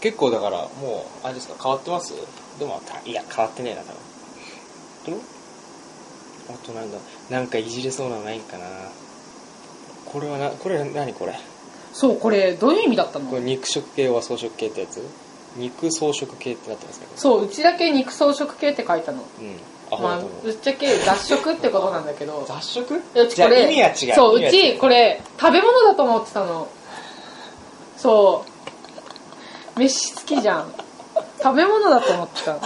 A: 結構だからもうあれですか変わってますでもたいや変わってねえな多分とあとなんだなんかいじれそうなのないんかなこれはなこれ何これ
C: そうこれどういう意味だったの
A: これ肉食系は草食系ってやつ肉草食系ってなってますけど
C: そううちだけ肉草食系って書いたの
A: うんあほ
C: ま
A: ら
C: あ、
A: と
C: ぶっちゃけ雑食ってことなんだけど
A: 雑食
C: うちこれ
A: じゃあ意味が違う
C: そう
A: 意
C: う
A: 味が違
C: ちこれ食べ物だと思ってたのそう飯好きじゃん食べ物だと思ってた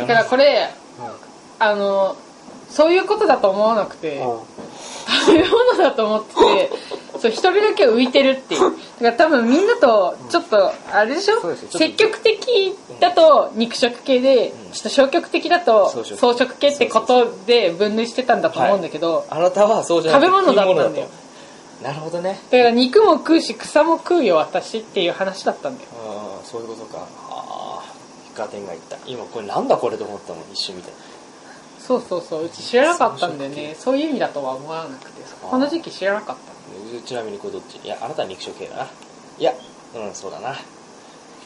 C: だからこれあのそういうことだと思わなくて
A: うん
C: 食べ物だと思っててそう一人だけ浮いてるっていうだから多分みんなとちょっとあれでしょ、
A: そうですよちょっと
C: 積極的だと肉食系で、ちょっと消極的だと
A: 草食
C: 草食系ってことで分類してたんだと思うんだけど、
A: あなたはそうじゃなくて
C: 食べ物だったんだよ
A: 食い物となるほどね
C: だから肉も食うし草も食うよ私っていう話だったんだよ
A: ああそういうことかああガテンがいった今これなんだこれと思ったもん一瞬見て
C: そうそうそううち知らなかったんだよねそういう意味だとは思わなくてこの時期知らなかった
A: うちなみにこれどっちいやあなたは肉食系だないやうんそうだな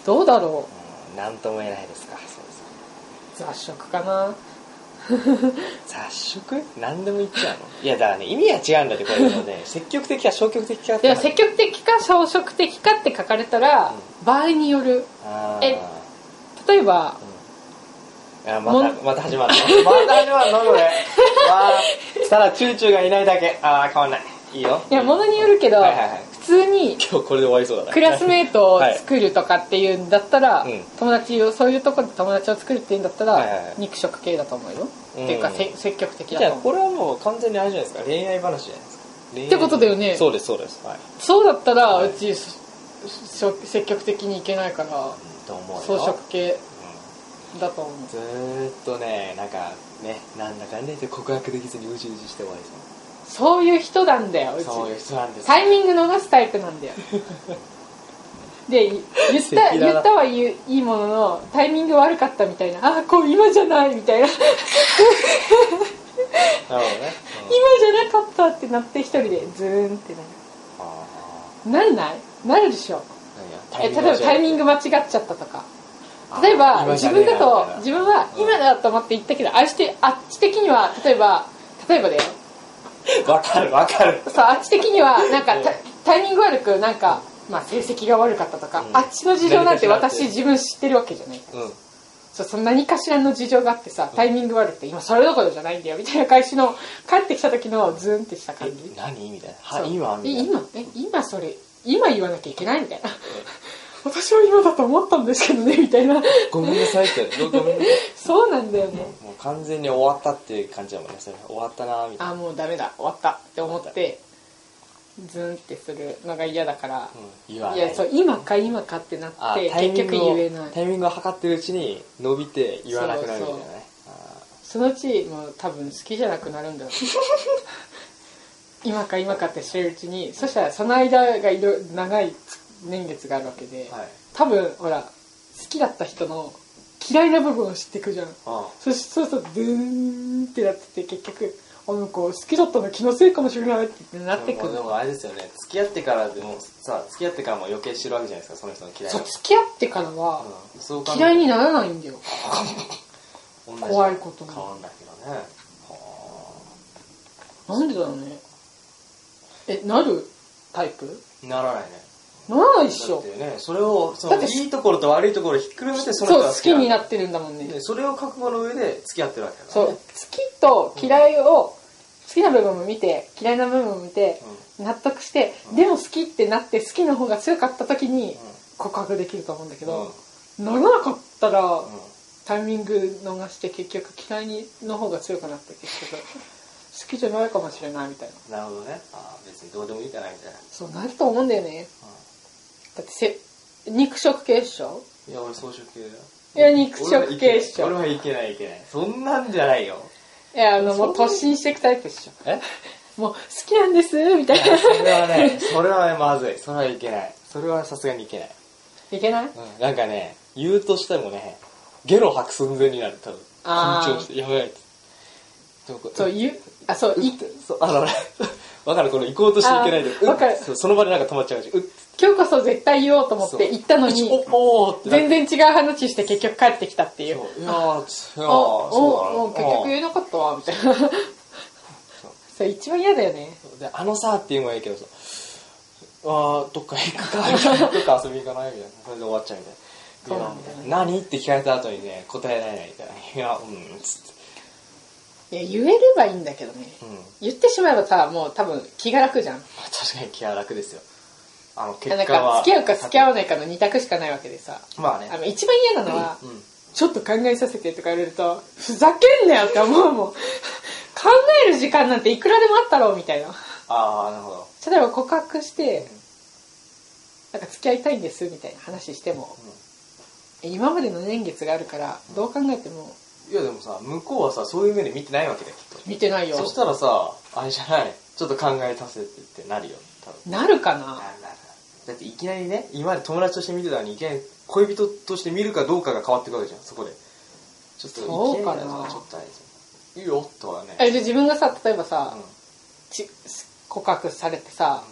C: どうだろ
A: うんなんとも言えないですかそうですか
C: う雑食かな
A: 雑食何でも言っちゃうのいやだからね意味は違うんだってこれでもね 積極的か消極的かっ
C: で
A: て
C: も積極的か消食的かって書かれたら、
A: う
C: 場合による
A: あ
C: え例えば
A: ーあーま
C: も
A: たまた始まるのまた始まるの これわーただチューチューがいないだけああ変わんないいいよ
C: いやものによるけど、
A: はいはいはい
C: 普通に
A: 今日これで終わりそうだな
C: クラスメートを作るとかっていうんだったら、
A: はいうん
C: 友達をそういうところで友達を作るっていうんだったら、
A: はいはいはい
C: 肉食系だと思うよ、
A: うん
C: っていうかせ積極的
A: じ
C: だ
A: ゃあ
C: と思
A: こ
C: う
A: れはもう完全にあれじゃないですか恋愛話じゃないですか恋愛
C: ってことだよね
A: そうですそうですはい、
C: そうだったら、
A: はいう
C: ちそそ積極的にいけないから
A: と思うよ
C: 草食系
A: う
C: だと思うん
A: ずーっとねなんかねなんだかんだ言って告白できずにうじうじして終わりそう
C: そういう人なんだようち
A: そういう人なんです
C: タイミング逃すタイプ なんだよで言っ
A: 素敵だ
C: た
A: な
C: 言ったは言ういいもののタイミング悪かったみたいなあこう今じゃないみたいな今
A: なるほどね、うん
C: じゃなかったってなって一人でズーンってなる
A: あ
C: なるないなるでしょ
A: あ
C: え例えばタイミン
A: グ
C: グ間違っちゃったとか例えば自分だと自分は今だと思って言ったけどあっちてあっち的には例えば例えばだよ
A: わかるわかる
C: そうあっち的にはなんか
A: うん
C: タタイミング悪くなんか、まあ、成績が悪かったとか、
A: うん
C: あっちの事情なんて
A: 何かしらって
C: 私自分知ってるわけじゃない
A: うん
C: そうその何かしらの事情があってさタイミング悪くて今それどころじゃないんだよみたいな返しの帰ってきた時のズーンってした感じ
A: え何みたいなは
C: そう
A: 今みた
C: え
A: いな
C: 今え今それ今言わなきゃいけないみたいな 私は今だと思ったんですけどねみたいな
A: ごめんなさいっ てごめんなさい
C: そうなんだよね
A: もう完全に終わったっていう感じだもんねそれ終わったなーみたいな
C: あもうダメだ終わったって思ってズーンってするのが嫌だから、
A: うん言わない
C: いやそう今か今かってな
A: あ
C: って
A: タイミ
C: 結
A: ン
C: 局
A: グを
C: 言えない
A: タイミングを測ってるうちに伸びて言わなくなるみたいなねあ
C: そのうちもう多分好きじゃなくなるんだよ 今か今かってしてるうちにそしたらその間がいろ長い年月があるわけで、
A: ーはい
C: 多分ほら好きだった人の嫌いな部分を知っていくじゃん
A: あ
C: そしそうするとドゥーンってなってて結局あの子好きだったの気のせいかもしれないってな
A: あ
C: ってく
A: で
C: る
A: もあれですよね付き合ってからでもさ付き合ってからも余計知るわけじゃないですかその人の嫌い
C: そう
A: を
C: 付き合ってからは
A: うんそう考え
C: 嫌いにならないんだよ
A: 同じ
C: 怖いことに
A: 変わんだけどねは
C: なんでだろうねえなるタイプ
A: あならないね
C: ならないっし
A: だっ
C: ょ
A: てねそれをそ
C: だ
A: の
C: って
A: いいところと悪いところをひっくるめてその人
C: そう
A: が
C: 好
A: 好き
C: きに
A: な
C: なってるんだもんね
A: のでそれを覚悟の上で付き合ってるわけだから
C: そう
A: ね
C: 好きと嫌いを好きな部分を見て嫌いな部分を見て納得してでも好きってなって好きの方が強かった時に告白できると思うんだけ
A: うんうん
C: どならなかったら
A: うん
C: タイミング逃して結局嫌いの方が強くなって結局好きじゃないかもしれないみたいな
A: なるほどねあー別にどうでもいいかなみたいな
C: そうなると思うんだよね
A: う
C: だってせ肉食系っしょ
A: んいや俺草食系だよ
C: いや肉食系っし
A: 俺
C: ょ
A: はいけないいけないそんなんじゃないよ
C: いやあのもう
A: そんな
C: 突進していくタイプっしょ
A: え
C: もう好きなんですみたいな
A: それはねそれはねまずいそれはいけないそれはさすがにいけない、
C: いけない
A: うん、なんかね言うとしてもねゲロ吐く寸前になる多分
C: あー
A: 緊張してやばいってどこ
C: そう言うあそう
A: う
C: い
A: ってそうあのねわかるこの行こうとしていけないで
C: あーわかる
A: うっそうその場でなんか止まっちゃうしうっ
C: 今日こそ絶対言おうと思って行ったのに
A: おおーってなって
C: 全然違う話して結局帰ってきたっていう
A: そういやーついやー
C: あお
A: そ
C: お
A: う
C: 結
A: だな
C: 局言えなかったわ みたいなそう一番嫌だよね
A: うんであのさっていうのはいいけどさあーどっか行くかみたいなどっか遊び行かないみたいなそれで終わっちゃうみたいな
C: そうなんだよね
A: いや何って聞かれた後にね答えられないみたいないやうんつって
C: いや言えればいいんだけどね
A: うん
C: 言ってしまえばさもう多分気が楽じゃん
A: 確かに気は楽ですよあの結
C: なん
A: 果
C: か
A: は
C: 付き合うか付き合わないかの2択しかないわけでさ
A: まあね
C: あの一番嫌なのは、
A: うん
C: ちょっと考えさせてとか言われると ふざけんなよって思うもん考える時間なんていくらでもあったろうみたいな
A: ああ、なるほど。
C: 例えば告白して、なんか付き合いたいんですみたいな話しても、え今までの年月があるから、どう考えても
A: いやでもさ、向こうはさ、そういう目で見てないわけだよ、きっ
C: 見てないよ
A: と。。そしたらさ、あれじゃない、ちょっと考えさせてってなるよ、多分。
C: なるかな
A: だっていきなりね、今まで友達として見てたのに、いきなり恋人として見るかどうかが変わってくるわけじゃん、そこで。ちょっと、
C: そうかない
A: きりだとちょっとあれですよ。いいよ、とはね。
C: え、じゃあ自分がさ、例えば
A: う
C: さ、
A: ん。
C: ち告白されてさ、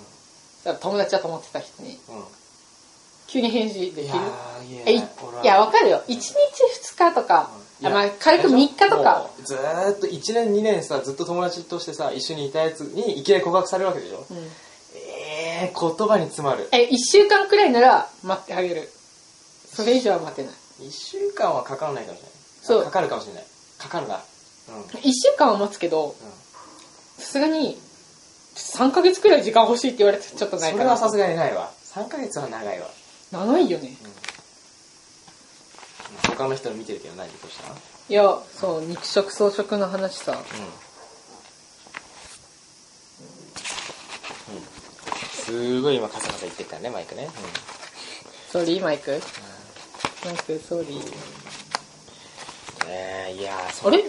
C: 友達だと思ってた人に、
A: う
C: 急に返事で
A: ん。い
C: き
A: や
C: る
A: ー、
C: え、
A: い
C: い
A: や、俺は。
C: いや、わかるよ。1日2日とか、
A: うん
C: あまあ、軽く3日とか。。
A: もうずーっと1年2年さ、ずっと友達としてさ、一緒にいたやつにいきなり告白されるわけでしょ。
C: うん
A: えー、言葉に詰まる。
C: え、1週間くらいなら待ってあげる。それ以上は待てない。
A: 1週間はかからないかもしれない。
C: そう
A: あかかるかもしれない。かかるな。うん。うん。
C: 1週間は待つけど、さすがに、3ヶ月くらい時間欲しいって言われてちょっとない
A: そ
C: か
A: れ
C: ら。
A: はさすがにないわ。3ヶ月は長いわ。
C: 長いよね。
A: 他の人の見てるけど何どうしたうん。
C: いや、そう、肉食草食の話さ、
A: すごい今カサカサ言ってるからね、マイクね。
C: ソーリーマイクマイク、ソーリー。
A: うん、えー、いやー、そ
C: あれ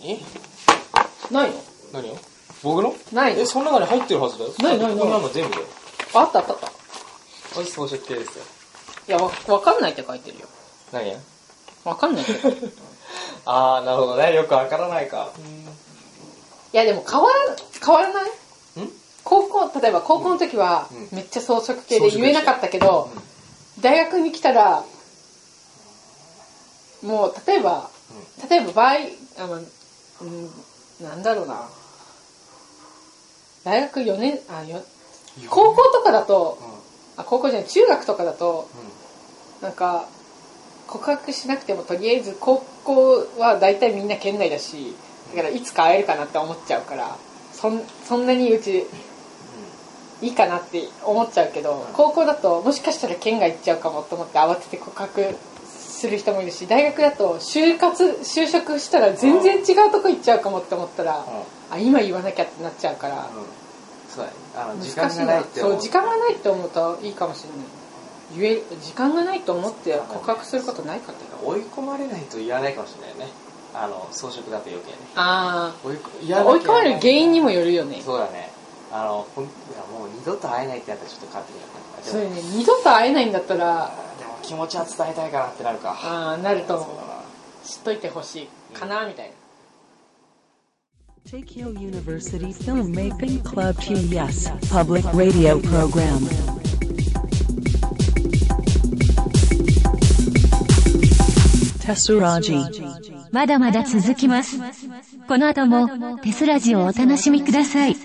A: 何
C: ないの
A: 何よ僕の
C: ないの
A: え、その中に入ってるはずだよ。
C: ないないない
A: ここにあるの全部だよ。
C: ああったあったあった。い
A: これ装飾系ですよ。
C: や、わわかんないって書いてるよ。
A: 何や
C: わかんないって 書いてる。い
A: あー、なるほどね。よくわからないか。
C: や、でも変わら、変わらない
A: ん
C: 高校、例えば高校の時は
A: うん、
C: めっちゃ装飾系で言えなかったけど、大学に来たら、もう、例えば、例えば場合、あの、うん、なんだろうな。大学4年、あ、よ高校とかだと
A: う、ん。うん。
C: あ、高校じゃない、中学とかだと、なんか、告白しなくてもとりあえず高校は大体みんな県内だし、だからいつか会えるかなって思っちゃうから、そんそんなにうちいいかなって思っちゃうけど、高校だともしかしたら県外行っちゃうかもと思って慌てて告白する人もいるし、大学だと就活、就職したら全然違うとこ行っちゃうかもって思ったら、あ、今言わなきゃってなっちゃうから、
A: うん。そうだね。あの、時間
C: 難し
A: が
C: い
A: ない
C: な
A: って思
C: そう時間がないって思うといいかもしれない言え時間がないと思って告白することないかったよ
A: 追い込まれないと言わないかもしれないね。あの、装飾だと余計ね。
C: あ
A: 追い込
C: あ追い込まれる原因にもよるよね
A: そうだね。あの、ほんいやもう二度と会えないってなったらちょっと変わってく
C: そ
A: る
C: う
A: よ
C: よ
A: ね。
C: ね二度と会えないんだったら
A: あでも気持ちは伝えたいかなってなるか。
C: あーなると思う
A: そうだな
C: 知っといてほしいかなみたいな
B: Takyo University Filmmaking Club TES Public Radio Program. Tessuraji.
D: まだまだ続きます。この後もテスラジをお楽しみください。